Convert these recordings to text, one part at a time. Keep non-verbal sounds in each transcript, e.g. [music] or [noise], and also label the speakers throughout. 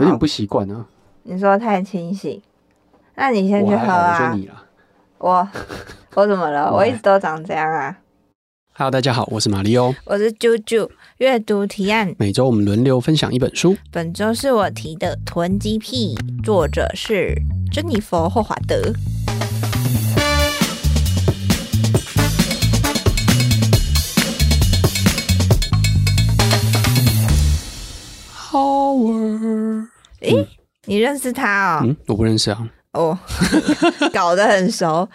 Speaker 1: 有点不习惯啊。
Speaker 2: 你说太清醒，那你先
Speaker 1: 我
Speaker 2: 去
Speaker 1: 还
Speaker 2: 喝
Speaker 1: 好，我说
Speaker 2: 啊。
Speaker 1: 你啦。
Speaker 2: 我我怎么了？
Speaker 1: [laughs] 我
Speaker 2: 我一
Speaker 1: 还
Speaker 2: 直都长这样啊。
Speaker 1: Hello，大家好，我是马里欧。
Speaker 2: 我是啾啾，阅读提案，
Speaker 1: 每周我们轮流分享一本书。
Speaker 2: 本周是我提的《囤积癖》，作者是珍妮佛·霍华德。
Speaker 1: Howard，
Speaker 2: 你认识他哦？
Speaker 1: 嗯，我不认识啊。
Speaker 2: 哦， [laughs] 搞得很熟。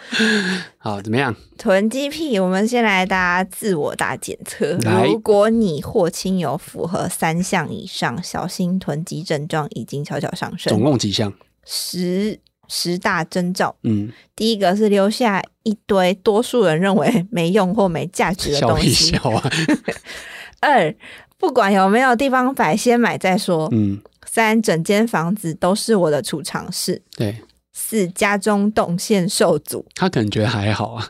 Speaker 1: 好，怎么样？
Speaker 2: 囤积癖，我们先来大家自我大检测。
Speaker 1: 来
Speaker 2: 如果你或亲友符合三项以上，小心囤积症状已经悄悄上
Speaker 1: 总
Speaker 2: 升。
Speaker 1: 共几项？
Speaker 2: 十十大征兆，
Speaker 1: 嗯，
Speaker 2: 第一个是留下一堆多数人认为没用或没价值的
Speaker 1: 笑
Speaker 2: 东
Speaker 1: 一
Speaker 2: 西。
Speaker 1: 笑啊。 [laughs]
Speaker 2: 二，不管有没有地方摆，先买再说。
Speaker 1: 嗯，
Speaker 2: 三，整间房子都是我的储藏室。
Speaker 1: 对
Speaker 2: 四，家中动线受阻。
Speaker 1: 他可能觉得还好啊，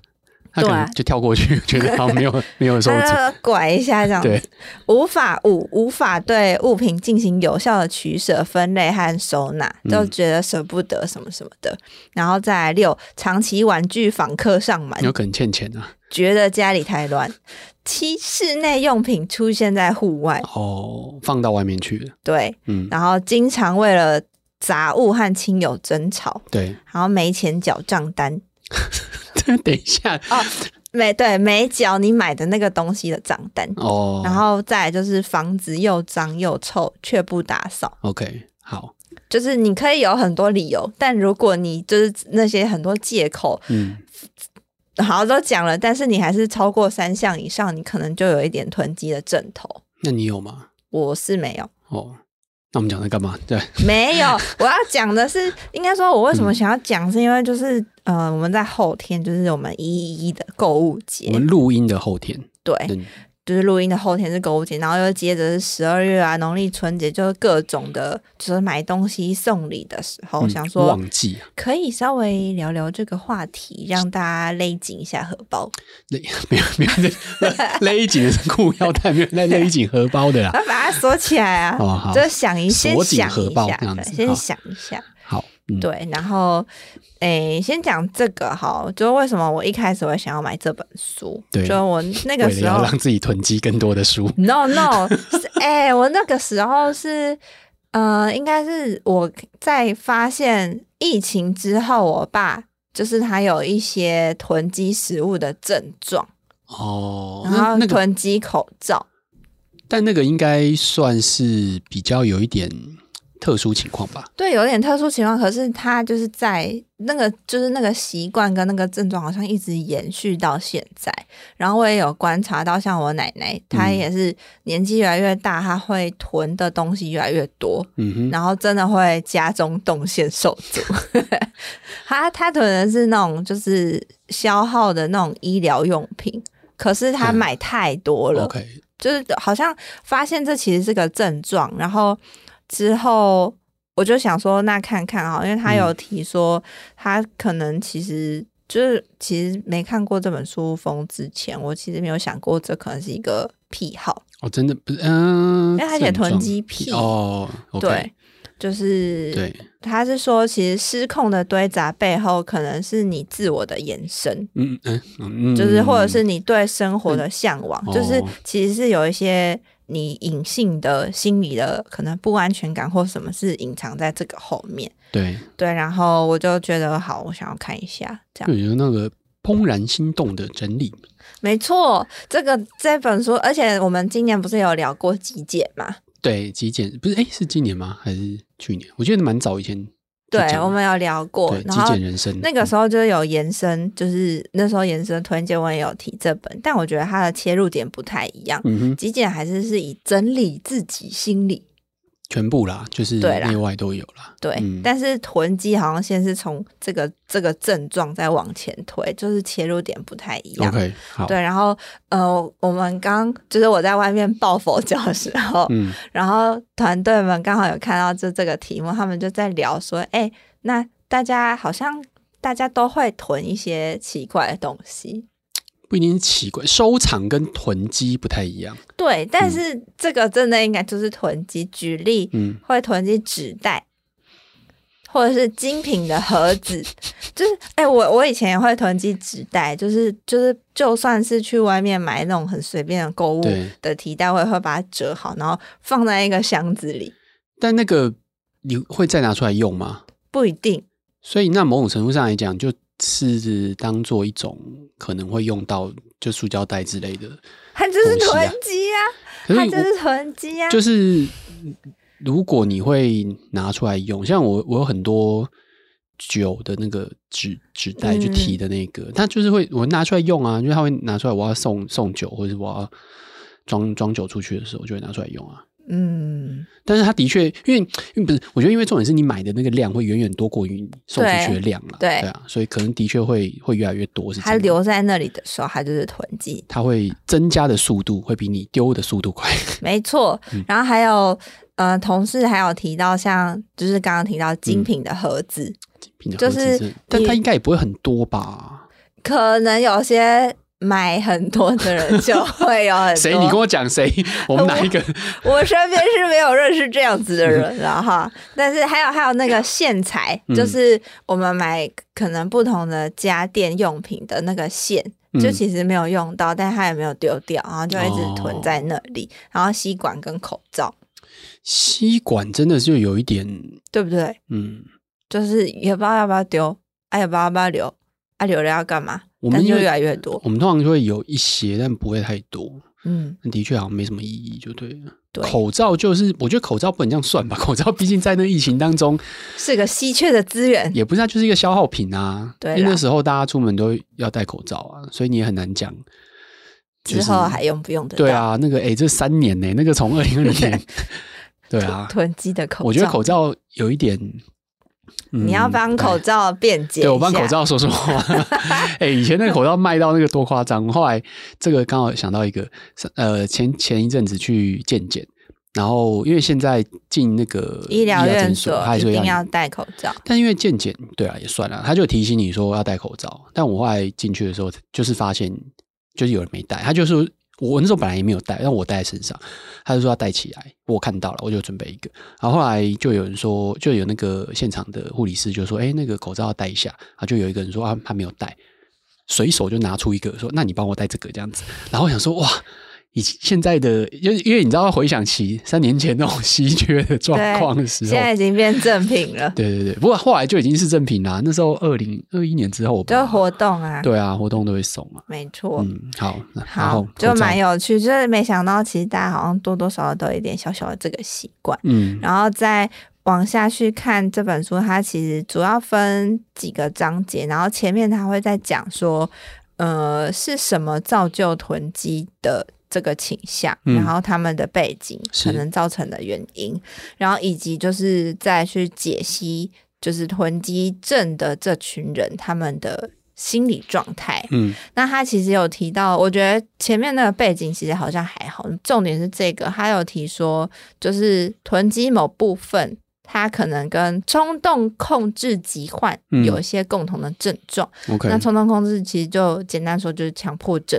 Speaker 1: 他可
Speaker 2: 对
Speaker 1: 能
Speaker 2: 啊
Speaker 1: 就跳过去，觉得好像
Speaker 2: [laughs]
Speaker 1: 没有没有受阻。
Speaker 2: 他啊拐一下这样
Speaker 1: 对
Speaker 2: 子，无法五无法对物品进行有效的取舍、分类和收纳，
Speaker 1: 嗯
Speaker 2: 就觉得舍不得什么什么的。然后再来六，长期婉拒访客上门，
Speaker 1: 有可能欠钱啊。
Speaker 2: 觉得家里太乱。七，室内用品出现在户外，
Speaker 1: 哦，放到外面去了。
Speaker 2: 对，
Speaker 1: 嗯，
Speaker 2: 然后经常为了杂物和亲友争吵，
Speaker 1: 对。 [laughs]
Speaker 2: 然后没钱缴账单。
Speaker 1: 等一下，
Speaker 2: 没对，没缴你买的那个东西的账单。
Speaker 1: 哦，
Speaker 2: 然后再来就是房子又脏又臭却不打扫，
Speaker 1: OK，好，
Speaker 2: 就是你可以有很多理由，但如果你就是那些很多借口，
Speaker 1: 嗯，
Speaker 2: 好都讲了，但是你还是超过三项以上，你可能就有一点囤积的症头。
Speaker 1: 那你有吗？
Speaker 2: 我是没有，
Speaker 1: 哦，那我们讲在干嘛？对， [laughs]
Speaker 2: 没有。我要讲的是，应该说，我为什么想要讲，是因为就是，呃，我们在后天，就是我们一一的购物节
Speaker 1: 我，们录音的后天，
Speaker 2: 对，
Speaker 1: 嗯，
Speaker 2: 就是录音的后天是购物节，然后又接着是十二月啊，农历春节，就是各种的，就是买东西送礼的时候，
Speaker 1: 嗯
Speaker 2: 哦想说
Speaker 1: 忘记啊， [laughs]
Speaker 2: 可以稍微聊聊这个话题，让大家勒紧一
Speaker 1: 啊
Speaker 2: 下荷包。
Speaker 1: 勒没有没有 [laughs] 勒勒紧的是裤腰带，没有勒勒紧荷包的啦。
Speaker 2: 要把它锁起来 [laughs] 啊！
Speaker 1: 哦， [laughs] 好
Speaker 2: 就，是想一先
Speaker 1: 锁紧
Speaker 2: 想
Speaker 1: 荷
Speaker 2: 一
Speaker 1: 包
Speaker 2: 下
Speaker 1: 这样，
Speaker 2: 对
Speaker 1: 子好
Speaker 2: 先想一下，
Speaker 1: 好，嗯，
Speaker 2: 对，然后，诶，先讲这个哈，就是为什么我一开始会想要买这本书，
Speaker 1: 对
Speaker 2: 就是我那个
Speaker 1: 为了
Speaker 2: 时
Speaker 1: 要
Speaker 2: 候
Speaker 1: 让自己囤积更多的书，
Speaker 2: [laughs] ，no no，是 [laughs] 哎、我那个时候是，呃，应该是我在发现疫情之后，我爸就是他有一些囤积食物的症状，
Speaker 1: [laughs] 哦，
Speaker 2: 然
Speaker 1: 那
Speaker 2: 后
Speaker 1: 那个，
Speaker 2: 囤积口罩，
Speaker 1: 但那个应该算是比较有一点特殊情况吧？
Speaker 2: 对，有点特殊情况，可是他就是在那个就是那个习惯跟那个症状好像一直延续到现在。然后我也有观察到，像我奶奶，她
Speaker 1: 嗯
Speaker 2: 也是年纪越来越大，她会囤的东西越来越多，
Speaker 1: 嗯哼，
Speaker 2: 然后真的会家中动线受阻。 [laughs] 她她囤的是那种就是消耗的那种医疗用品，可是她
Speaker 1: 嗯
Speaker 2: 买太多了，
Speaker 1: OK，
Speaker 2: 就是好像发现这其实是个症状，然后之后我就想说，那看看啊，因为他
Speaker 1: 嗯
Speaker 2: 有提说、他可能其实就是其实没看过这本书封之前，我其实没有想过这可能是一个癖好，
Speaker 1: 哦，真的不是，嗯，
Speaker 2: 因为他写
Speaker 1: 症状
Speaker 2: 囤积癖
Speaker 1: 哦，OK，
Speaker 2: 对，就是
Speaker 1: 对，
Speaker 2: 他是说，其实失控的堆杂背后，可能是你自我的延伸，
Speaker 1: 嗯嗯嗯，
Speaker 2: 就是或者是你对生活的向往，
Speaker 1: 嗯
Speaker 2: 就是
Speaker 1: 哦
Speaker 2: 其实是有一些你隐性的心理的可能不安全感或什么是隐藏在这个后面。
Speaker 1: 对，
Speaker 2: 对，然后我就觉得好，我想要看一下，这样
Speaker 1: 就有那个怦然心动的整理，
Speaker 2: 没错。这个这本书，而且我们今年不是有聊过极简嘛？
Speaker 1: 对，极简不是哎，是今年吗？还是去年？我觉得蛮早以前就
Speaker 2: 对
Speaker 1: 讲了。，
Speaker 2: 我们有聊过
Speaker 1: 对，
Speaker 2: 然
Speaker 1: 极
Speaker 2: 后
Speaker 1: 简人嗯生
Speaker 2: 那个时候就是有延伸，就是那时候延伸推荐我也有提这本，但我觉得它的切入点不太一样。
Speaker 1: 嗯哼，
Speaker 2: 极简还是是以整理自己心理
Speaker 1: 全部啦，就是
Speaker 2: 对啦
Speaker 1: 内外都有啦。
Speaker 2: 对，
Speaker 1: 嗯
Speaker 2: 但是囤积好像先是从这个这个症状再往前推，就是切入点不太一样。
Speaker 1: OK，好，
Speaker 2: 对，然后呃，我们刚就是我在外面抱佛脚的时候，
Speaker 1: 嗯，
Speaker 2: 然后团队们刚好有看到这这个题目，他们就在聊说，哎，那大家好像大家都会囤一些奇怪的东西，
Speaker 1: 不一定是奇怪，收藏跟囤积不太一样。
Speaker 2: 对，但是这个真的应该就是囤积。举例
Speaker 1: 嗯，
Speaker 2: 会囤积纸袋，或者是精品的盒子，就是哎、我我以前也会囤积纸袋，就是就是就算是去外面买那种很随便的购物
Speaker 1: 对。
Speaker 2: 的提袋，我也会把它折好，然后放在一个箱子里，
Speaker 1: 但那个你会再拿出来用吗？
Speaker 2: 不一定。
Speaker 1: 所以那某种程度上来讲，就是当做一种可能会用到就塑胶袋之类的。
Speaker 2: 它就是
Speaker 1: 东西啊
Speaker 2: 囤积啊，
Speaker 1: 可是
Speaker 2: 它
Speaker 1: 我
Speaker 2: 就是囤积啊，
Speaker 1: 就是如果你会拿出来用，像我我有很多酒的那个纸纸袋，
Speaker 2: 嗯
Speaker 1: 就提的那个，它就是会我拿出来用啊，因为它会拿出来，我要送送酒或者是我要装装酒出去的时候，我就会拿出来用啊。
Speaker 2: 嗯，
Speaker 1: 但是它的确，因为因为不是，我觉得因为重点是你买的那个量会远远多过于你送出去的量了，
Speaker 2: 对对
Speaker 1: 啊，所以可能的确会会越来越多是真
Speaker 2: 它
Speaker 1: 的。
Speaker 2: 留在那里的时候，它就是囤积，
Speaker 1: 它会增加的速度会比你丢的速度快， [laughs]
Speaker 2: 没错。
Speaker 1: 嗯
Speaker 2: 然后还有呃，同事还有提到像就是刚刚提到
Speaker 1: 嗯
Speaker 2: 精品的盒子，
Speaker 1: 品的
Speaker 2: 就
Speaker 1: 盒子
Speaker 2: 是
Speaker 1: 真的但它应该也不会很多吧？
Speaker 2: 可能有些买很多的人就会有很多。
Speaker 1: [laughs] 谁？你跟我讲
Speaker 2: [laughs]
Speaker 1: 谁？我们哪一个？
Speaker 2: 我身边是没有认识这样子的人了
Speaker 1: [laughs]
Speaker 2: 哈。但是还有还有那个线材，
Speaker 1: 嗯
Speaker 2: 就是我们买可能不同的家电用品的那个线。
Speaker 1: 嗯
Speaker 2: 就其实没有用到，但它也没有丢掉，然后就一直囤在那里。然后吸管跟口罩，
Speaker 1: 吸管真的就有一点，
Speaker 2: 对不对？
Speaker 1: 嗯，
Speaker 2: 就是也不知道要不要丢，哎、也不知道要不要留，啊，留了要干嘛？
Speaker 1: 我
Speaker 2: 但
Speaker 1: 们
Speaker 2: 就
Speaker 1: 因
Speaker 2: 越
Speaker 1: 为
Speaker 2: 来越多，
Speaker 1: 我们通常就会有一些，但不会太多。
Speaker 2: 嗯，
Speaker 1: 那的确好像没什么意义，就对了。
Speaker 2: 对，
Speaker 1: 口罩就是，我觉得口罩不能这样算吧。 [laughs] 口罩毕竟在那疫情当中，
Speaker 2: 是个稀缺的资源，
Speaker 1: 也不是它就是一个消耗品啊。
Speaker 2: 对啦
Speaker 1: 因为那时候大家出门都要戴口罩啊，所以你也很难讲。就是
Speaker 2: 之后还用不用得到？
Speaker 1: 对啊，那个诶，这三年呢、那个从二零二零
Speaker 2: [laughs]
Speaker 1: 年，对啊，
Speaker 2: 囤积的口罩，
Speaker 1: 我觉得口罩有一点，嗯
Speaker 2: 你要帮口罩辩解一下，
Speaker 1: 对我帮口罩说
Speaker 2: [laughs]
Speaker 1: 说话。哎、以前那个口罩卖到那个多夸张，后来这个刚好想到一个，呃，前前一阵子去健检，然后因为现在进那个
Speaker 2: 医疗院
Speaker 1: 诊
Speaker 2: 所
Speaker 1: 它还
Speaker 2: 一
Speaker 1: 是会
Speaker 2: 定
Speaker 1: 让
Speaker 2: 要
Speaker 1: 你。
Speaker 2: 戴口罩，
Speaker 1: 但因为健检，对啊，也算了，他就提醒你说要戴口罩。但我后来进去的时候，就是发现就是有人没戴，他就是我那时候本来也没有戴，但我戴在身上，他就说要戴起来。我看到了，我就准备一个。然后后来就有人说，就有那个现场的护理师就说：“哎、那个口罩要戴一下。”啊，就有一个人说：“啊，他没有戴。”随手就拿出一个说：“那你帮我戴这个这样子。”然后我想说：“哇，以前现在的，因为因为你知道，回想起三年前那种 [laughs] 稀缺的状况的时候
Speaker 2: 现，在已经变正品了，
Speaker 1: 对对对。不过后来就已经是正品啦。那时候二零二一年之后吧，
Speaker 2: 就活动啊，
Speaker 1: 对啊，活动都会送啊。
Speaker 2: 没错。
Speaker 1: 嗯，好，那然
Speaker 2: 好
Speaker 1: 后，
Speaker 2: 就
Speaker 1: 口罩
Speaker 2: 蛮有趣，就是没想到，其实大家好像多多少少都有一点小小的这个习惯。
Speaker 1: 嗯
Speaker 2: 然后再往下去看这本书，它其实主要分几个章节，然后前面它会在讲说，呃，是什么造就囤积的。这个倾向，
Speaker 1: 嗯
Speaker 2: 然后他们的背景
Speaker 1: 是
Speaker 2: 可能造成的原因，然后以及就是再去解析，就是囤积症的这群人他们的心理状态，
Speaker 1: 嗯
Speaker 2: 那他其实有提到，我觉得前面那个背景其实好像还好，重点是这个，他有提说，就是囤积某部分，它可能跟冲动控制疾患
Speaker 1: 嗯
Speaker 2: 有一些共同的症状。
Speaker 1: ，OK，
Speaker 2: 那冲动控制其实就简单说就是强迫症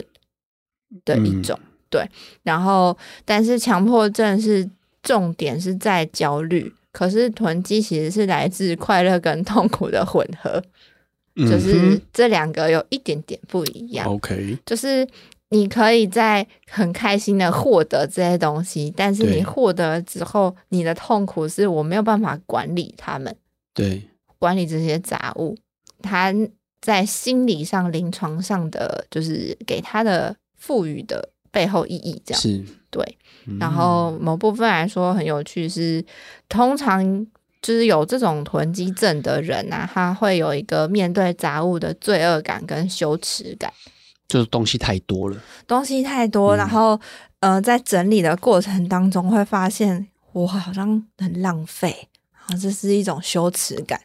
Speaker 2: 的一种，
Speaker 1: 嗯
Speaker 2: 对。然后，但是强迫症是重点是在焦虑，可是囤积其实是来自快乐跟痛苦的混合，就
Speaker 1: 嗯
Speaker 2: 是
Speaker 1: 哼
Speaker 2: 这两个有一点点不一样。
Speaker 1: OK，
Speaker 2: 就是你可以在很开心的获得这些东西，但是
Speaker 1: 对
Speaker 2: 你获得了之后，你的痛苦是我没有办法管理他们，
Speaker 1: 对，
Speaker 2: 管理这些杂物，他在心理上、临床上的，就是给他的赋予的背后意义，这样
Speaker 1: 是。
Speaker 2: 对。
Speaker 1: 嗯
Speaker 2: 然后某部分来说很有趣是，通常就是有这种囤积症的人啊，他会有一个面对杂物的罪恶感跟羞耻感。
Speaker 1: 就是东西太多了，
Speaker 2: 东西太多，
Speaker 1: 嗯
Speaker 2: 然后呃，在整理的过程当中会发现，我好像很浪费，然后这是一种羞耻感。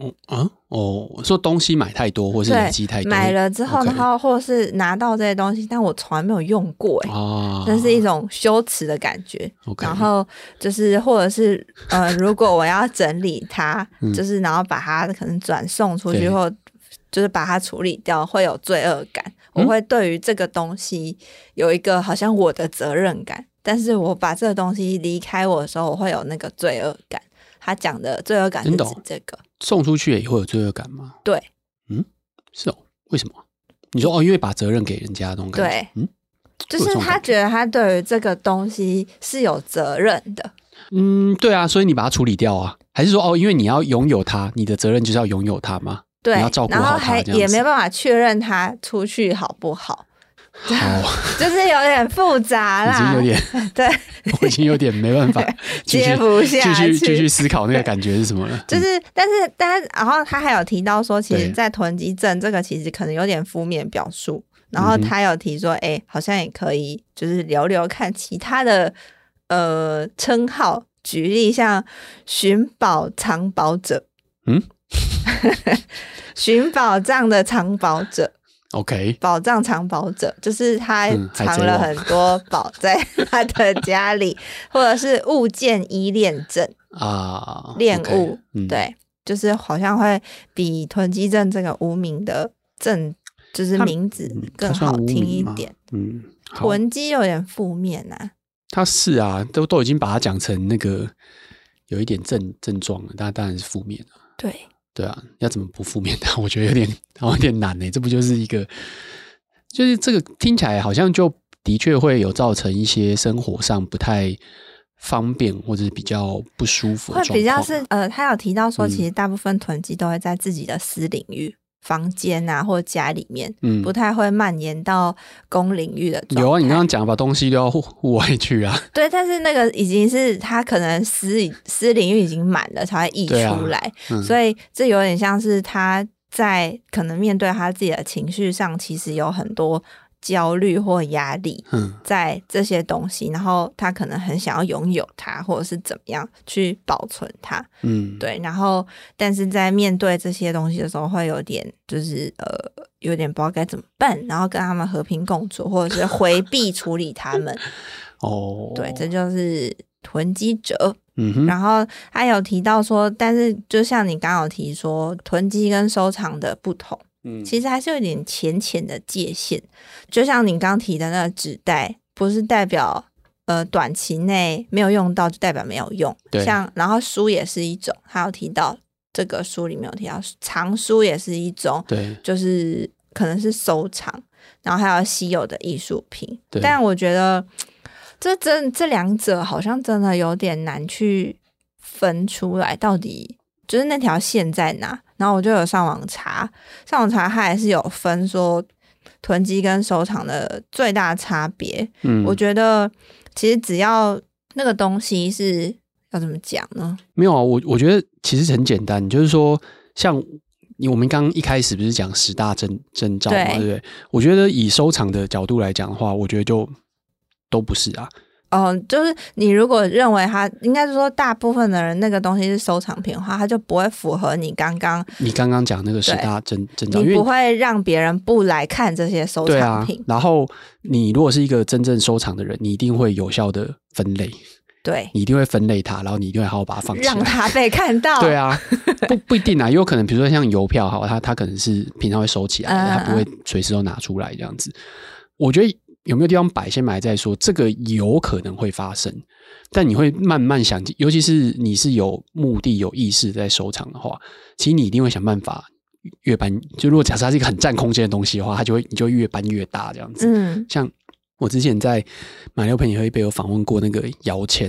Speaker 1: 嗯啊哦，我说东西买太多或是
Speaker 2: 对
Speaker 1: 累积太多，
Speaker 2: 买了之后，
Speaker 1: 哎 OK
Speaker 2: 然后或是拿到这些东西，但我从来没有用过、欸，
Speaker 1: 啊，
Speaker 2: 这是一种羞耻的感觉。
Speaker 1: OK，
Speaker 2: 然后就是，或者是呃，如果我要整理它，
Speaker 1: [laughs] 嗯
Speaker 2: 就是然后把它可能转送出去，
Speaker 1: 对
Speaker 2: 或就是把它处理掉，会有罪恶感，我
Speaker 1: 嗯
Speaker 2: 会对于这个东西有一个好像我的责任感，但是我把这个东西离开我的时候，我会有那个罪恶感。他讲的罪恶感是
Speaker 1: 真的
Speaker 2: 指
Speaker 1: 哦
Speaker 2: 这个，
Speaker 1: 送出去也会有罪恶感吗？
Speaker 2: 对，
Speaker 1: 嗯，是哦，为什么？你说哦，因为把责任给人家那种感觉，嗯
Speaker 2: 就
Speaker 1: 会有
Speaker 2: 是
Speaker 1: 这种
Speaker 2: 他
Speaker 1: 感
Speaker 2: 觉得他对于这个东西是有责任的。
Speaker 1: 嗯，对啊，所以你把它处理掉啊，还是说哦，因为你要拥有它，你的责任就是要拥有它吗？
Speaker 2: 对，
Speaker 1: 你要照顾
Speaker 2: 然
Speaker 1: 好
Speaker 2: 后
Speaker 1: 他
Speaker 2: 还
Speaker 1: 这样
Speaker 2: 也
Speaker 1: 子
Speaker 2: 没办法确认他出去好不好，
Speaker 1: 好，
Speaker 2: [laughs] 就是有点复杂
Speaker 1: 哦已
Speaker 2: 啦，
Speaker 1: 经有点，
Speaker 2: 对，
Speaker 1: 我已经有点没办法继
Speaker 2: [laughs]
Speaker 1: 续
Speaker 2: 接不
Speaker 1: 继
Speaker 2: 下去，
Speaker 1: 续继续思考那个感觉是什么
Speaker 2: [laughs]
Speaker 1: 了。嗯
Speaker 2: 就是，但是，但是，然后他还有提到说，其实，
Speaker 1: 对
Speaker 2: 在囤积症这个其实可能有点负面表述。然后
Speaker 1: 嗯哼
Speaker 2: 他有提说，哎、好像也可以，就是聊聊看其他的呃称号，举例像寻宝藏宝者，
Speaker 1: 嗯，
Speaker 2: [laughs] 寻宝藏的藏宝者，
Speaker 1: 嗯 OK，
Speaker 2: 宝藏藏宝者，就是他
Speaker 1: 嗯海
Speaker 2: 藏
Speaker 1: 贼
Speaker 2: 了
Speaker 1: 王
Speaker 2: 很多宝在他的家里， [laughs] 或者是物件依恋症。
Speaker 1: 啊，
Speaker 2: 恋
Speaker 1: OK，
Speaker 2: 物
Speaker 1: 嗯，
Speaker 2: 对，就是好像会比囤积症这个无名的症，就是
Speaker 1: 它
Speaker 2: 名字
Speaker 1: 嗯它
Speaker 2: 更
Speaker 1: 算
Speaker 2: 好
Speaker 1: 污
Speaker 2: 听
Speaker 1: 名
Speaker 2: 一
Speaker 1: 吗
Speaker 2: 点。
Speaker 1: 嗯，好，
Speaker 2: 囤积有点负面呐、
Speaker 1: 他是啊，都都已经把它讲成那个有一点症症状了，那当然是负面了。
Speaker 2: 对，
Speaker 1: 对啊，要怎么不负面呢？ [laughs] 我觉得有点好像有点难呢、这不就是一个，就是这个听起来好像就的确会有造成一些生活上不太方便或者是比较不舒服的
Speaker 2: 会
Speaker 1: 状况啊，
Speaker 2: 比较是呃，他有提到说，其
Speaker 1: 嗯
Speaker 2: 实大部分囤积都会在自己的私领域、房间啊或家里面，
Speaker 1: 嗯
Speaker 2: 不。太会蔓延到公领域的状态。
Speaker 1: 有啊，你刚刚讲把东西丢到户户外去啊，
Speaker 2: 对，但是那个已经是他可能私已私领域已经满了才会溢
Speaker 1: 对啊
Speaker 2: 出来，
Speaker 1: 嗯
Speaker 2: 所以这有点像是他在可能面对他自己的情绪上，其实有很多焦虑或压力
Speaker 1: 嗯，
Speaker 2: 在这些东西，然后他可能很想要拥有它，或者是怎么样去保存它，
Speaker 1: 嗯，
Speaker 2: 对，然后但是在面对这些东西的时候，会有点就是呃，有点不知道该怎么办，然后跟他们和平共处，或者是回避处理他们。
Speaker 1: 哦，
Speaker 2: 对，这就是囤积者。
Speaker 1: 嗯哼，
Speaker 2: 然后他有提到说，但是就像你刚刚有提说，囤积跟收藏的不同，
Speaker 1: 嗯，
Speaker 2: 其实还是有一点浅浅的界限。就像你刚提的那个纸袋，不是代表呃短期内没有用到就代表没有用。
Speaker 1: 对
Speaker 2: 像然后书也是一种，他有提到这个书里面有提到，藏书也是一种，
Speaker 1: 对，
Speaker 2: 就是可能是收藏，然后还有稀有的艺术品。
Speaker 1: 对
Speaker 2: 但我觉得这这这两者好像真的有点难去分出来，到底就是那条线在哪。然后我就有上网查，上网查它还是有分说囤积跟收藏的最大差别。
Speaker 1: 嗯，
Speaker 2: 我觉得其实只要那个东西是要怎么讲呢？
Speaker 1: 没有啊，我我觉得其实很简单，就是说，像你我们刚一开始不是讲十大征征兆嘛，
Speaker 2: 对
Speaker 1: 对不对？我觉得以收藏的角度来讲的话，我觉得就都不是啊，
Speaker 2: 哦，就是你如果认为它应该是说大部分的人那个东西是收藏品的话，它就不会符合你刚刚，
Speaker 1: 你刚刚讲那个十
Speaker 2: 对
Speaker 1: 大征征兆，因
Speaker 2: 你不
Speaker 1: 为
Speaker 2: 会让别人不来看这些收
Speaker 1: 对
Speaker 2: 藏
Speaker 1: 啊
Speaker 2: 品。，
Speaker 1: 然后你如果是一个真正收藏的人，你一定会有效的分类，
Speaker 2: 对，
Speaker 1: 你一定会分类它，然后你一定会好好把它放起
Speaker 2: 让
Speaker 1: 来。
Speaker 2: 它被看到。
Speaker 1: [laughs] 对，啊，不不一定啊，也有可能，比如说像邮票好，它它可能是平常会收起来
Speaker 2: 嗯嗯
Speaker 1: 的，它不会随时都拿出来这样子。我觉得有没有地方摆，先摆再说，这个有可能会发生，但你会慢慢想，尤其是你是有目的、有意识在收藏的话，其实你一定会想办法越搬。就如果假设它是一个很占空间的东西的话，它就会你就会越搬越大这样子。
Speaker 2: 嗯，
Speaker 1: 像我之前在马六朋友一杯有访问过那个姚谦，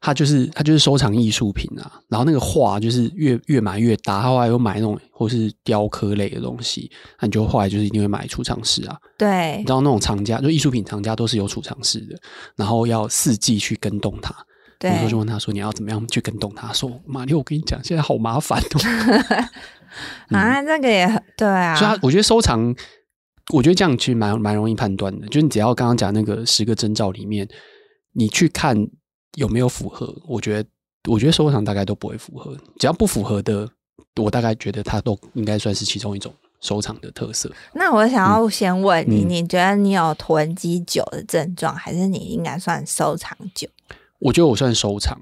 Speaker 1: 他就是他就是收藏艺术品啊，然后那个画就是越越买越大，他后来又买那种或是雕刻类的东西，那你就后来就是一定会买储藏室啊。
Speaker 2: 对
Speaker 1: 你知，道那种藏家，就艺术品藏家都是有储藏室的，然后要四季去跟动它。
Speaker 2: 对
Speaker 1: 我，就问他说你要怎么样去跟动它？他说马六，我跟你讲，现在好麻烦哦。
Speaker 2: 啊，那个也很对啊，
Speaker 1: 嗯所以他，我觉得收藏，我觉得这样其实蛮蛮容易判断的。就是你只要刚刚讲那个十个征兆里面，你去看有没有符合，我觉得，我觉得收藏大概都不会符合。只要不符合的，我大概觉得它都应该算是其中一种收藏的特色。
Speaker 2: 那我想要先问你，
Speaker 1: 嗯
Speaker 2: 你觉得你有囤积酒的症状，还是你应该算收藏酒？
Speaker 1: 我觉得我算收藏，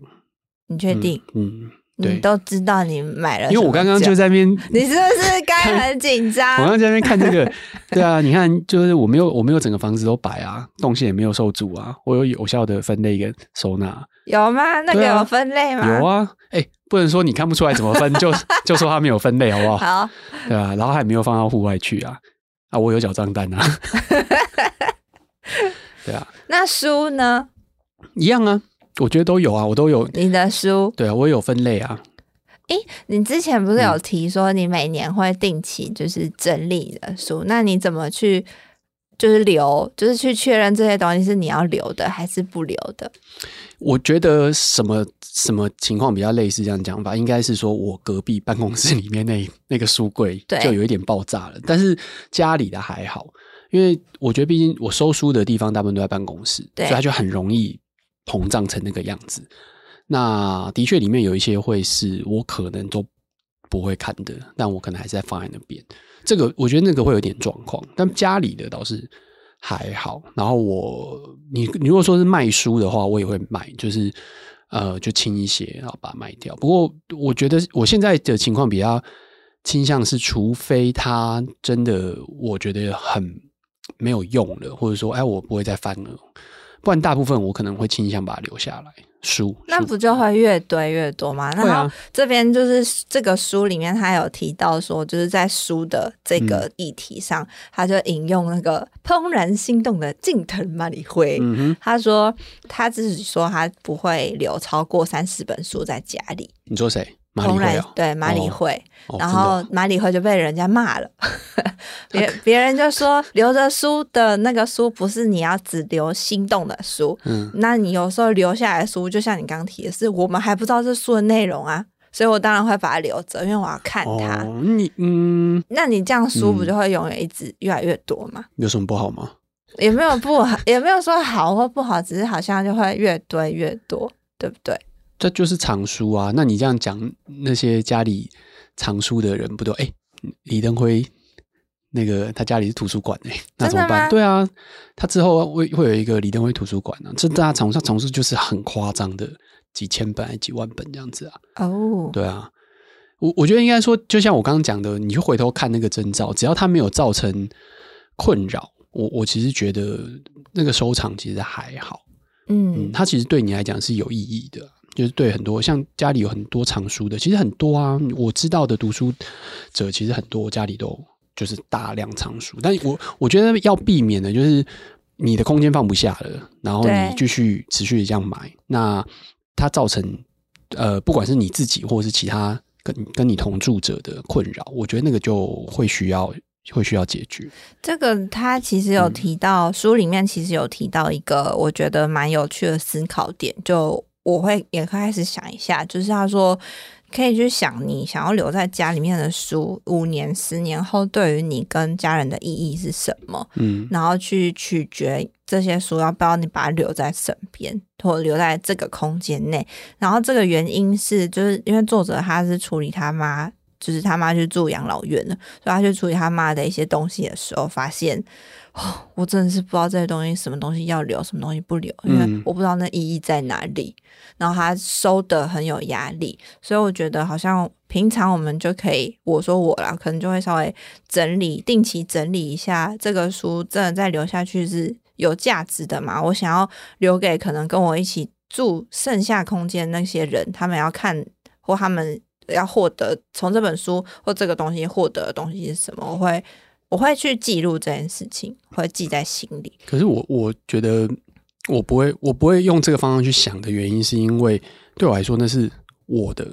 Speaker 2: 你确定？
Speaker 1: 嗯，对
Speaker 2: 你都知道你买了什么酒，啊
Speaker 1: 因为我刚刚就在那边，
Speaker 2: 你是不是该很紧
Speaker 1: 我刚
Speaker 2: 张？
Speaker 1: 刚在那边看这个， [laughs] 对啊，你看，就是我没有我没有整个房子都摆啊，动线也没有受阻啊，我有有效的分类跟收纳，
Speaker 2: 有吗？那个
Speaker 1: 对啊
Speaker 2: 有分类吗？
Speaker 1: [laughs] 有啊，哎、不能说你看不出来怎么分，就 [laughs] 就说它没有分类，好不好？
Speaker 2: 好，
Speaker 1: 对啊，然后还没有放到户外去啊，啊，我有缴账单啊， [laughs] 对啊，
Speaker 2: 那书呢？
Speaker 1: 一样啊，我觉得都有啊，我都有，
Speaker 2: 你的书，
Speaker 1: 对啊，我有分类啊，
Speaker 2: 你之前不是
Speaker 1: 嗯
Speaker 2: 有提说你每年会定期就是整理你的书，那你怎么去就是留，就是去确认这些东西是你要留的还是不留的？
Speaker 1: 我觉得什么什么情况比较类似这样讲法，应该是说我隔壁办公室里面那 [laughs] 那个书柜
Speaker 2: 对
Speaker 1: 就有一点爆炸了，但是家里的还好，因为我觉得毕竟我收书的地方大部分都在办公室，
Speaker 2: 对
Speaker 1: 所以它就很容易膨胀成那个样子。那的确里面有一些会是我可能都不会看的，但我可能还是在放在那边。这个我觉得那个会有点状况，但家里的倒是还好。然后我你你如果说是卖书的话，我也会买，就是呃就清一些，然后把它卖掉。不过我觉得我现在的情况比较倾向是，除非它真的我觉得很没有用了，或者说哎我不会再翻了，不然大部分我可能会倾向把它留下来。书
Speaker 2: 那
Speaker 1: 书
Speaker 2: 不就会越堆越多吗？
Speaker 1: 会
Speaker 2: 然
Speaker 1: 啊
Speaker 2: 后这边就是这个书里面，他有提到说，就是在书的这
Speaker 1: 嗯
Speaker 2: 个议题上，他就引用那个怦然心动的近藤麻里惠。
Speaker 1: 嗯哼，
Speaker 2: 他说他自己说他不会留超过三十本书在家里，
Speaker 1: 你说谁？马里
Speaker 2: 怦
Speaker 1: 会
Speaker 2: 然
Speaker 1: 哦
Speaker 2: 对马里
Speaker 1: 哦
Speaker 2: 会，
Speaker 1: 哦
Speaker 2: 然
Speaker 1: 真的哦
Speaker 2: 后马里会就被人家骂
Speaker 1: [laughs]
Speaker 2: 了，别别人就说留着书的那个书不是你要只留心动的书，
Speaker 1: 嗯
Speaker 2: 那你有时候留下来的书，就像你刚提的是，我们还不知道这书的内容啊，所以我当然会把它留着，因为我要看它。
Speaker 1: 哦，你嗯
Speaker 2: 那你这样书不
Speaker 1: 嗯
Speaker 2: 就会永远一直越来越多嘛？
Speaker 1: 有什么不好吗？
Speaker 2: 也没有不好，也没有说好或不好，只是好像就会越堆越多，对不对？
Speaker 1: 这就是藏书啊。那你这样讲，那些家里藏书的人不都哎、李登辉那个他家里是图书馆哎、那怎么
Speaker 2: 真的吗
Speaker 1: 办？对啊，他之后会会有一个李登辉图书馆啊。这大家藏书藏书就是很夸张的，几千本还是几万本这样子啊。
Speaker 2: 哦，
Speaker 1: 对啊，我我觉得应该说，就像我刚刚讲的，你就回头看那个征兆，只要它没有造成困扰，我我其实觉得那个收藏其实还好。嗯，
Speaker 2: 嗯，
Speaker 1: 它其实对你来讲是有意义的，就是对很多像家里有很多藏书的，其实很多啊，我知道的读书者其实很多，家里都就是大量藏书，但我我觉得要避免的就是你的空间放不下了，然后
Speaker 2: 对
Speaker 1: 你继续持续的这样买，那它造成呃，不管是你自己或是其他跟跟你同住者的困扰，我觉得那个就会需要会需要解决。
Speaker 2: 这个他其实有提到、书里面，其实有提到一个我觉得蛮有趣的思考点，就我会也开始想一下，就是他说可以去想你想要留在家里面的书，五年、十年后对于你跟家人的意义是什么，
Speaker 1: 嗯，
Speaker 2: 然后去取决这些书要不要你把它留在身边，或留在这个空间内。然后这个原因是，就是因为作者他是处理他妈，就是他妈去住养老院了，所以他去处理他妈的一些东西的时候，发现，哦，我真的是不知道这些东西什么东西要留，什么东西不留，因为
Speaker 1: 嗯
Speaker 2: 我不知道那意义在哪里。然后他收的很有压力，所以我觉得好像平常我们就可以，我说我啦，可能就会稍微整理，定期整理一下这个书，真的再留下去是有价值的嘛？我想要留给可能跟我一起住剩下空间那些人，他们要看或他们要获得从这本书或这个东西获得的东西是什么？我会我会去记录这件事情，会记在心里。
Speaker 1: 可是我我觉得我不会，我不会用这个方向去想的原因，是因为对我来说那是我的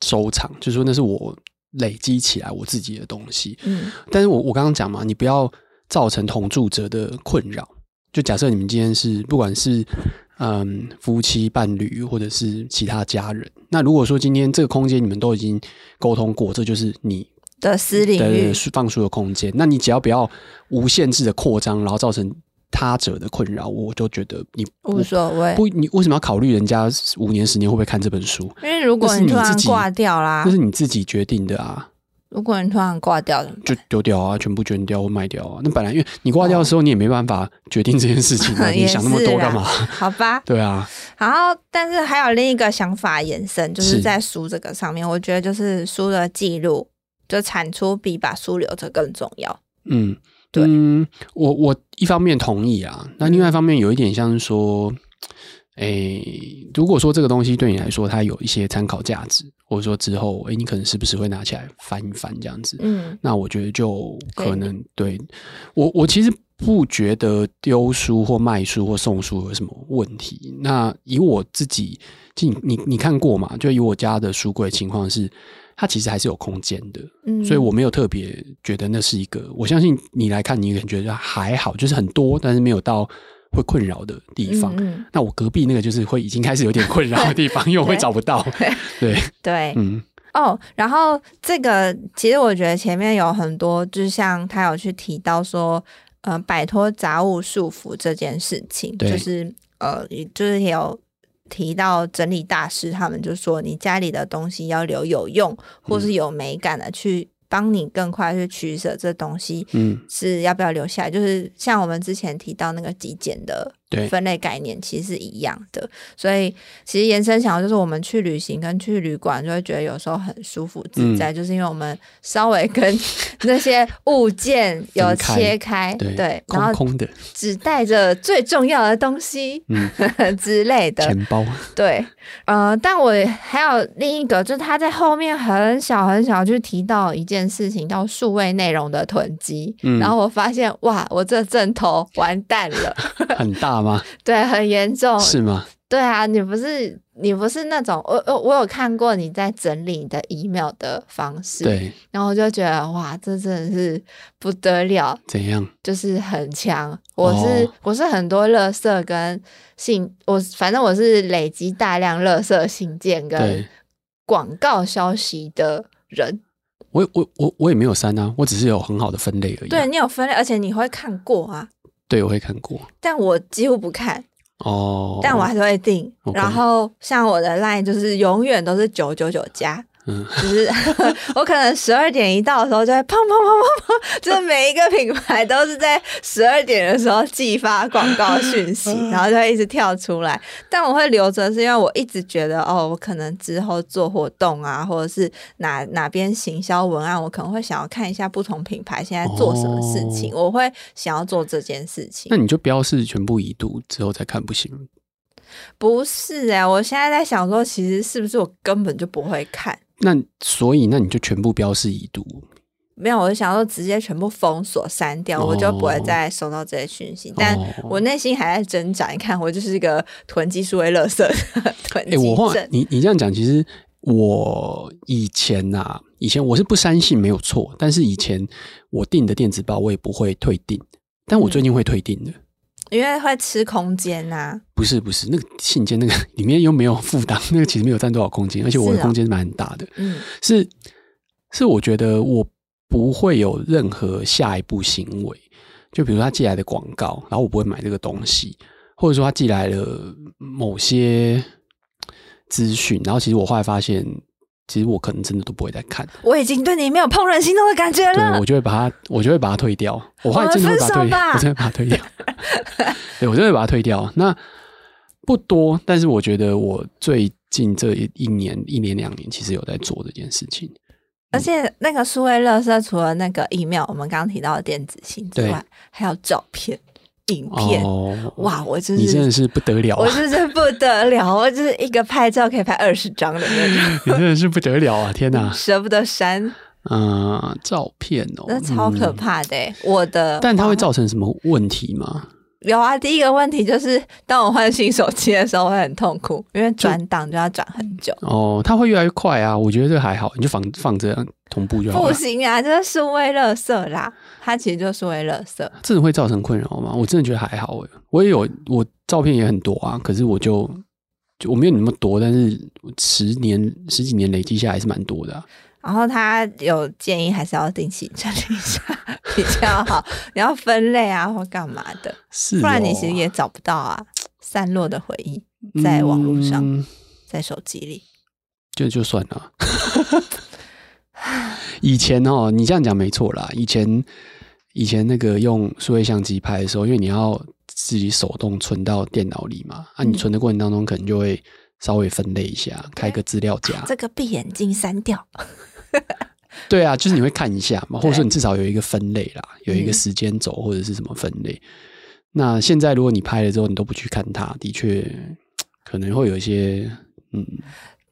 Speaker 1: 收藏，就是说那是我累积起来我自己的东西。
Speaker 2: 嗯，
Speaker 1: 但是我我刚刚讲嘛，你不要造成同住者的困扰。就假设你们今天是不管是嗯夫妻伴侣或者是其他家人，那如果说今天这个空间你们都已经沟通过，这就是你
Speaker 2: 的私领
Speaker 1: 对对
Speaker 2: 域
Speaker 1: 对，是放书的空间。那你只要不要无限制的扩张，然后造成他者的困扰，我就觉得你
Speaker 2: 无所谓，
Speaker 1: 不，你为什么要考虑人家五年、十年会不会看这本书？
Speaker 2: 因为如果
Speaker 1: 那是
Speaker 2: 你突
Speaker 1: 你自
Speaker 2: 然
Speaker 1: 己
Speaker 2: 挂掉啦
Speaker 1: 这，是你自己决定的啊。
Speaker 2: 如果你突然挂掉怎么
Speaker 1: 就丢掉啊，全部捐掉或卖掉啊。那本来因为你挂掉的时候，你也没办法决定这件事
Speaker 2: [laughs]
Speaker 1: 情啊，
Speaker 2: 办？
Speaker 1: 你想那么多干嘛？
Speaker 2: 也是啦好吧，
Speaker 1: 对啊，
Speaker 2: 然后，但是还有另一个想法延伸，就是
Speaker 1: 是
Speaker 2: 在书这个上面，我觉得就是书的记录，就产出比把书留着更重要。
Speaker 1: 嗯，
Speaker 2: 对
Speaker 1: 嗯，我我一方面同意啊，那另外一方面有一点像是说，诶、如果说这个东西对你来说它有一些参考价值，或者说之后，诶、你可能时不时会拿起来翻一翻这样子，
Speaker 2: 嗯，
Speaker 1: 那我觉得就
Speaker 2: 对
Speaker 1: 可能对我，我其实不觉得丢书或卖书或送书有什么问题。那以我自己，就你你你看过嘛？就以我家的书柜情况是，它其实还是有空间的，
Speaker 2: 嗯
Speaker 1: 所以我没有特别觉得那是一个。我相信你来看，你可能觉得还好，就是很多，但是没有到会困扰的地方。
Speaker 2: 嗯
Speaker 1: 那我隔壁那个就是会已经开始有点困扰的地方，因为我会找不到。
Speaker 2: 嗯
Speaker 1: 对，
Speaker 2: 对，
Speaker 1: 嗯，
Speaker 2: 哦，然后这个其实我觉得前面有很多，就像他有去提到说，呃，摆脱杂物束缚这件事情，
Speaker 1: 对
Speaker 2: 就是呃，也就是也有提到整理大师他们就说，你家里的东西要留有用或是有美感的，去帮你更快去取舍这东西
Speaker 1: 嗯，
Speaker 2: 是要不要留下来。就是像我们之前提到那个极简的
Speaker 1: 对，
Speaker 2: 分类概念其实是一样的，所以其实延伸想到就是我们去旅行跟去旅馆就会觉得有时候很舒服
Speaker 1: 嗯
Speaker 2: 自在，就是因为我们稍微跟 [laughs] 那些物件有
Speaker 1: 分开
Speaker 2: 切开，
Speaker 1: 对空
Speaker 2: 然后
Speaker 1: 空的，
Speaker 2: 只带着最重要的东西、
Speaker 1: 嗯，
Speaker 2: [laughs] 之类的，
Speaker 1: 钱包。
Speaker 2: 对，呃，但我还有另一个，就是他在后面很小很小就提到一件事情，叫数位内容的囤积，
Speaker 1: 嗯
Speaker 2: 然后我发现哇，我这阵头完蛋了，
Speaker 1: [laughs] 很大吗？
Speaker 2: 对，很严重，
Speaker 1: 是吗？
Speaker 2: 对啊，你不是你不是那种我我我有看过你在整理你的 email 的方式，，
Speaker 1: 对，
Speaker 2: 然后我就觉得哇，这真的是不得了，
Speaker 1: 怎样？
Speaker 2: 就是很强。我是、
Speaker 1: 哦
Speaker 2: 我是很多垃圾跟信，我反正我是累积大量垃圾信件跟
Speaker 1: 对
Speaker 2: 广告消息的人。
Speaker 1: 我我我我也没有删啊，我只是有很好的分类而已啊、
Speaker 2: 对你有分类，而且你会看过啊，
Speaker 1: 对，我会看过
Speaker 2: 但我几乎不看，
Speaker 1: 哦。
Speaker 2: 但我还是会订。
Speaker 1: OK
Speaker 2: 然后像我的 line 就是永远都是九九九加。
Speaker 1: 嗯，
Speaker 2: 就是 [laughs] 我可能十二点一到的时候就会砰砰砰砰砰，就是每一个品牌都是在十二点的时候寄发广告讯
Speaker 1: [laughs]
Speaker 2: 息，然后就会一直跳出来。但我会留着，是因为我一直觉得哦，我可能之后做活动啊，或者是哪哪边行销文案，我可能会想要看一下不同品牌现在做什么事情，
Speaker 1: 哦
Speaker 2: 我会想要做这件事情
Speaker 1: 那。你就标示全部已读之后再看不行吗？
Speaker 2: 不是哎、我现在在想说，其实是不是我根本就不会看。
Speaker 1: 那所以那你就全部标示已读
Speaker 2: 没有，我就想说直接全部封锁删掉，
Speaker 1: 哦
Speaker 2: 我就不会再收到这些讯息。但我内心还在挣扎，你看，我就是一个囤积数位垃圾的 [laughs] 囤
Speaker 1: 哎、
Speaker 2: 积
Speaker 1: 我后来
Speaker 2: 症。
Speaker 1: 你你这样讲，其实我以前呐、以前我是不删信没有错，但是以前我订的电子报我也不会退订，但我最近会退订
Speaker 2: 嗯
Speaker 1: 的。
Speaker 2: 因为会吃空间呐、
Speaker 1: 不是不是，那个信件那个 [laughs] 里面又没有负担，那个其实没有占多少空间，而且我
Speaker 2: 是
Speaker 1: 的
Speaker 2: 啊
Speaker 1: 空间是蛮大的。
Speaker 2: 嗯
Speaker 1: 是是，我觉得我不会有任何下一步行为。就比如他寄来的广告，然后我不会买这个东西，或者说他寄来了某些资讯，然后其实我后来发现，其实我可能真的都不会再看，
Speaker 2: 我已经对你没有怦然心动的感觉
Speaker 1: 对
Speaker 2: 了
Speaker 1: 我。就会把它，我就会把它退掉。我后来
Speaker 2: 我们
Speaker 1: 真的会把
Speaker 2: 分
Speaker 1: 它
Speaker 2: 手
Speaker 1: 退掉，
Speaker 2: 吧
Speaker 1: 我真的把它退掉。对，我真的把它退掉。那不多，但是我觉得我最近这一年、一年、两年，其实有在做这件事情。
Speaker 2: 而且那个数位垃圾，除了那个 email 我们刚刚提到的电子信之外，还有照片、影片。
Speaker 1: 哦，
Speaker 2: 哇，我就
Speaker 1: 你真的
Speaker 2: 是。
Speaker 1: 是不得了
Speaker 2: 我
Speaker 1: 啊！
Speaker 2: 就是不得了，我就是一个拍照可以拍二十张的那
Speaker 1: 你真的是不得了啊！天
Speaker 2: 种，
Speaker 1: [laughs] 哪，
Speaker 2: 舍不得删。
Speaker 1: 嗯、照片哦，
Speaker 2: 那超可
Speaker 1: 嗯
Speaker 2: 怕的欸、我的，
Speaker 1: 但它会造成什么问题吗？
Speaker 2: 有啊。第一个问题就是，当我换新手机的时候，我会很痛苦，因为转档就要转很久。
Speaker 1: 哦，它会越来越快啊！我觉得这还好，你就放放着同步就好
Speaker 2: 不
Speaker 1: 了。
Speaker 2: 行啊，这是为垃圾啦，它其实就是为垃圾。
Speaker 1: 这种会造成困扰吗？我真的觉得还好诶。我也有，我照片也很多啊，可是我就就我没有你那么多，但是十年十几年累积下来是蛮多的啊、
Speaker 2: 然后他有建议，还是要定期整理一下比较好。你要分类啊，或干嘛的，
Speaker 1: 是、哦，
Speaker 2: 不然你其实也找不到啊。散落的回忆在网络上
Speaker 1: 嗯
Speaker 2: 在手机里，
Speaker 1: 就就算了。以前哦，你这样讲没错啦。以前以前那个用数位相机拍的时候，因为你要自己手动存到电脑里嘛，
Speaker 2: 嗯
Speaker 1: 啊，你存的过程当中可能就会稍微分类一下，开个资料夹。
Speaker 2: 啊这个闭眼睛删掉，
Speaker 1: 对啊，就是你会看一下嘛，或者说
Speaker 2: 对
Speaker 1: 你至少有一个分类啦，有一个
Speaker 2: 嗯
Speaker 1: 时间轴或者是什么分类。那现在如果你拍了之后，你都不去看它，的确可能会有一些嗯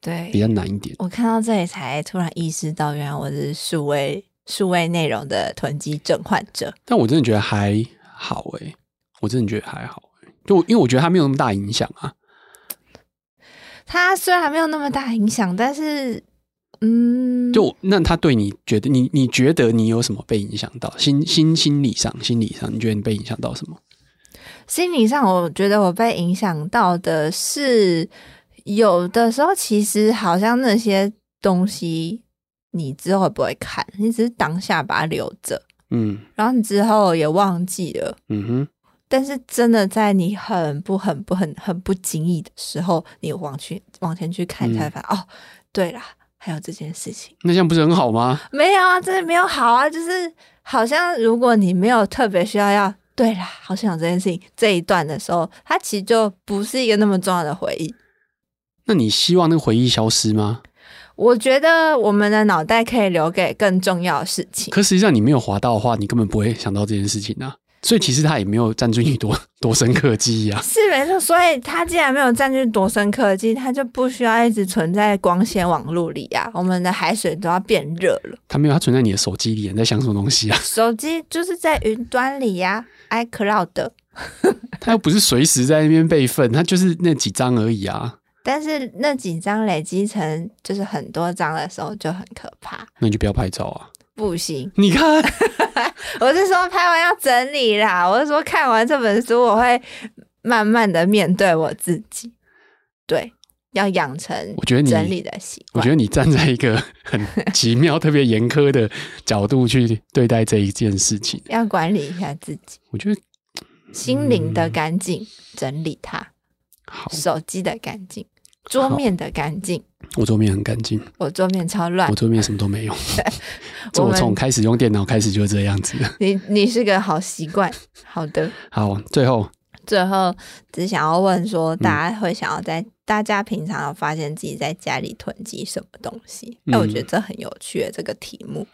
Speaker 2: 对
Speaker 1: 比较难一点。
Speaker 2: 我看到这里才突然意识到，原来我是数位数位内容的囤积症患者。
Speaker 1: 但我真的觉得还好诶、我真的觉得还好、欸，就因为我觉得它没有那么大影响啊。
Speaker 2: 它虽然没有那么大影响，但是，嗯，
Speaker 1: 就那他对你觉得你你觉得你有什么被影响到？心心心理上心理上，你觉得你被影响到什么？
Speaker 2: 心理上，我觉得我被影响到的是，有的时候其实好像那些东西你之后也不会看，你只是当下把它留着，
Speaker 1: 嗯
Speaker 2: 然后你之后也忘记了。
Speaker 1: 嗯哼，
Speaker 2: 但是真的在你很不很不很很不经意的时候，你往去往前去看，
Speaker 1: 嗯
Speaker 2: 才发现、哦，对啦，还有这件事情。
Speaker 1: 那这样不是很好吗？
Speaker 2: 没有啊，真的没有好啊，就是好像如果你没有特别需要要，对啦，好想有这件事情这一段的时候，它其实就不是一个那么重要的回忆。
Speaker 1: 那你希望那个回忆消失吗？
Speaker 2: 我觉得我们的脑袋可以留给更重要的事情。
Speaker 1: 可实际上你没有滑到的话，你根本不会想到这件事情啊。所以其实它也没有占据你多多深刻的记忆啊。
Speaker 2: 是没错，所以它既然没有占据多深科技，它就不需要一直存在光纤网络里啊。我们的海水都要变热了，
Speaker 1: 它没有，它存在你的手机里，你在想什么东西啊？
Speaker 2: 手机就是在云端里呀、iCloud。
Speaker 1: 它又不是随时在那边备份，它就是那几张而已啊。
Speaker 2: 但是那几张累积成就是很多张的时候就很可怕，
Speaker 1: 那你就不要拍照啊。
Speaker 2: 不行。
Speaker 1: 你看，
Speaker 2: 我是说拍完要整理啦，我是说看完这本书，我会慢慢的面对我自己。对，要养成
Speaker 1: 我觉得你
Speaker 2: 整理的习
Speaker 1: 我
Speaker 2: 惯
Speaker 1: 觉。得你站在一个 [laughs] 很奇妙、特别严苛的角度去对待这一件事情，
Speaker 2: 要管理一下自己。
Speaker 1: 我觉得
Speaker 2: 心灵的干净，整理它；
Speaker 1: 嗯好。
Speaker 2: 手机的干净，桌面的干净。
Speaker 1: 我桌面很干净，
Speaker 2: 我桌面超乱
Speaker 1: 我，桌面什么都没有。这
Speaker 2: 啊 [laughs] 我
Speaker 1: 我
Speaker 2: 们
Speaker 1: 从开始用电脑开始就是这样子。
Speaker 2: 你你是个好习惯。好的，
Speaker 1: 好，最后
Speaker 2: 最后只想要问说，
Speaker 1: 嗯
Speaker 2: 大家会想要在、大家平常有发现自己在家里囤积什么东西？
Speaker 1: 嗯
Speaker 2: 哎、我觉得这很有趣的这个题目。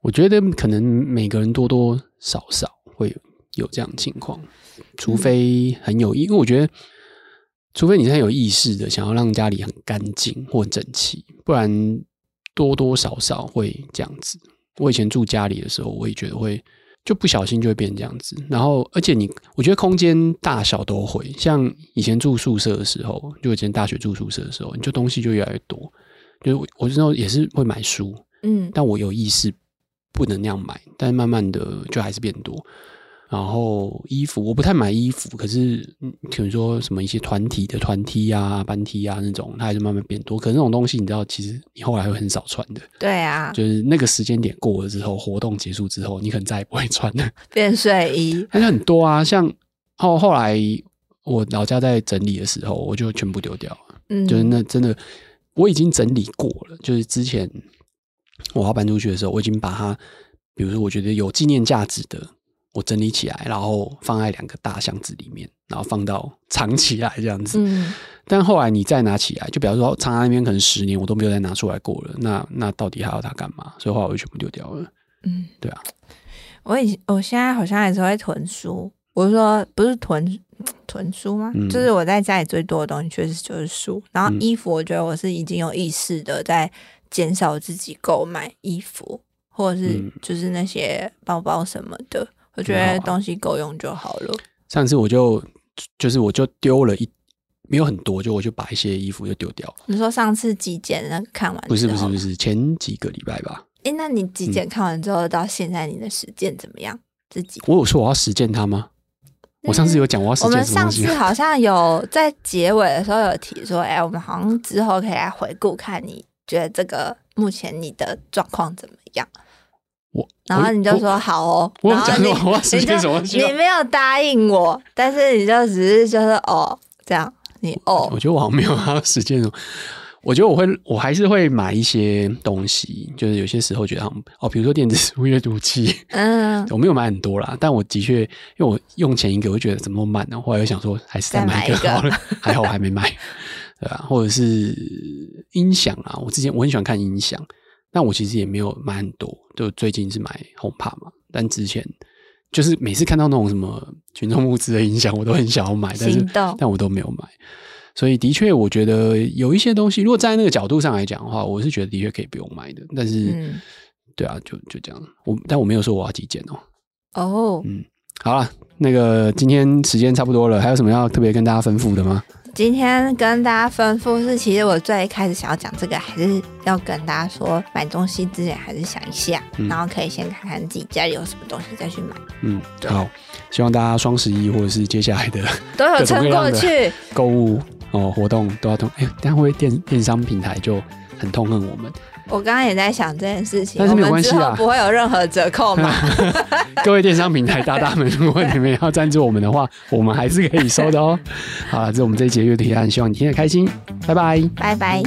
Speaker 1: 我觉得可能每个人多多少少会有有这样的情况，除非很有意，因为我觉得，除非你是很有意识的想要让家里很干净或整齐，不然多多少少会这样子。我以前住家里的时候，我也觉得会就不小心就会变这样子。然后，而且你，我觉得空间大小都会，像以前住宿舍的时候，就以前大学住宿舍的时候，你就东西就越来越多。就是我，我那时候也是会买书，
Speaker 2: 嗯
Speaker 1: 但我有意识不能那样买，但慢慢的就还是变多。然后衣服我不太买衣服，可是嗯比如说什么一些团体的团 T 啊、班 T 啊那种，它还是慢慢变多。可是那种东西你知道，其实你后来会很少穿的，
Speaker 2: 对啊，
Speaker 1: 就是那个时间点过了之后，活动结束之后，你可能再也不会穿了。 [laughs]
Speaker 2: 变睡衣，
Speaker 1: 但是很多啊，像后后来我老家在整理的时候，我就全部丢掉了。
Speaker 2: 嗯，
Speaker 1: 就是那真的我已经整理过了，就是之前我要搬出去的时候，我已经把它，比如说我觉得有纪念价值的，我整理起来，然后放在两个大箱子里面，然后放到 [laughs] 藏起来这样子。
Speaker 2: 嗯，
Speaker 1: 但后来你再拿起来，就比方说藏在那边可能十年，我都没有再拿出来过了，那那到底还要它干嘛？所以后来我就全部丢掉了。
Speaker 2: 嗯，
Speaker 1: 对啊，
Speaker 2: 我以前我现在好像还是会囤书，我是说不是囤囤书吗？
Speaker 1: 嗯
Speaker 2: 就是我在家里最多的东西确实就是书，然后
Speaker 1: 嗯
Speaker 2: 衣服，我觉得我是已经有意识的在减少自己购买衣服，或者是
Speaker 1: 嗯
Speaker 2: 就是那些包包什么的，我觉
Speaker 1: 很
Speaker 2: 得
Speaker 1: 好啊
Speaker 2: 东西够用就好了。
Speaker 1: 上次我就就是我就丢了一。没有很多，就我就把一些衣服就丢掉了。
Speaker 2: 你说上次极简那个看完
Speaker 1: 不是
Speaker 2: 之
Speaker 1: 不是嗯
Speaker 2: 后
Speaker 1: 不，是，前几个礼拜吧，
Speaker 2: 哎，那你极简看完之后到现在你的实践怎么样？自己
Speaker 1: 我有说我要实践它吗？我上次有讲我要实
Speaker 2: 嗯我们
Speaker 1: 践什么
Speaker 2: 上
Speaker 1: 东西
Speaker 2: 次
Speaker 1: 吗？
Speaker 2: 好像有在结尾的时候有提说，哎、我们好像之后可以来回顾，看你觉得这个目前你的状况怎么样。
Speaker 1: 我
Speaker 2: 然后你就说
Speaker 1: 我
Speaker 2: 好哦，
Speaker 1: 我
Speaker 2: 然后
Speaker 1: 有
Speaker 2: 你
Speaker 1: 讲说我要实
Speaker 2: 你就
Speaker 1: 践什么东西吗
Speaker 2: 你？没有答应我，但是你就只是就是哦这样，你
Speaker 1: 我
Speaker 2: 哦
Speaker 1: 觉得我好像没有要实践什么。 [laughs] 我觉得我会，我还是会买一些东西，就是有些时候觉得好像哦，比如说电子书阅读器，
Speaker 2: 嗯，
Speaker 1: 我没有买很多啦，但我的确，因为我用前一个，我就觉得怎么那么慢呢？后来又想说，还是再
Speaker 2: 再
Speaker 1: 买
Speaker 2: 买
Speaker 1: 一个
Speaker 2: 一个
Speaker 1: 好了，还好我还
Speaker 2: [laughs]
Speaker 1: 没买，对啊，或者是音响啊，我之前我很喜欢看音响，但我其实也没有买很多，就最近是买 HomePod 嘛，但之前就是每次看到那种什么群众募资的音响，我都很想要买，但是
Speaker 2: 心动
Speaker 1: 但我都没有买。所以的确，我觉得有一些东西，如果站在那个角度上来讲的话，我是觉得的确可以不用买的。但是，
Speaker 2: 嗯
Speaker 1: 对啊，就就这样。我但我没有说我要极简哦。
Speaker 2: 哦，
Speaker 1: 好了，那个今天时间差不多了，还有什么要特别跟大家吩咐的吗？
Speaker 2: 今天跟大家吩咐是，其实我最开始想要讲这个，还是要跟大家说，买东西之前还是想一下，
Speaker 1: 嗯
Speaker 2: 然后可以先看看自己家里有什么东西再去买，
Speaker 1: 嗯，好，希望大家双十一或者是接下来的
Speaker 2: 都有撑过
Speaker 1: 各种各
Speaker 2: 去。
Speaker 1: 购物哦活动都要通。哎、等一下会不会电电商平台就很痛恨我们？
Speaker 2: 我刚刚也在想这件事情，
Speaker 1: 但是
Speaker 2: 我
Speaker 1: 没有
Speaker 2: 们
Speaker 1: 关系
Speaker 2: 之
Speaker 1: 啊
Speaker 2: 后不会有任何折扣
Speaker 1: [laughs]
Speaker 2: 嘛？
Speaker 1: 各位电商平台大大们，如果你们要赞助我们的话，我哦们还是可以收的哦。好了，这是我们这一节阅读提案，希望你听得开心，拜拜。
Speaker 2: 拜拜。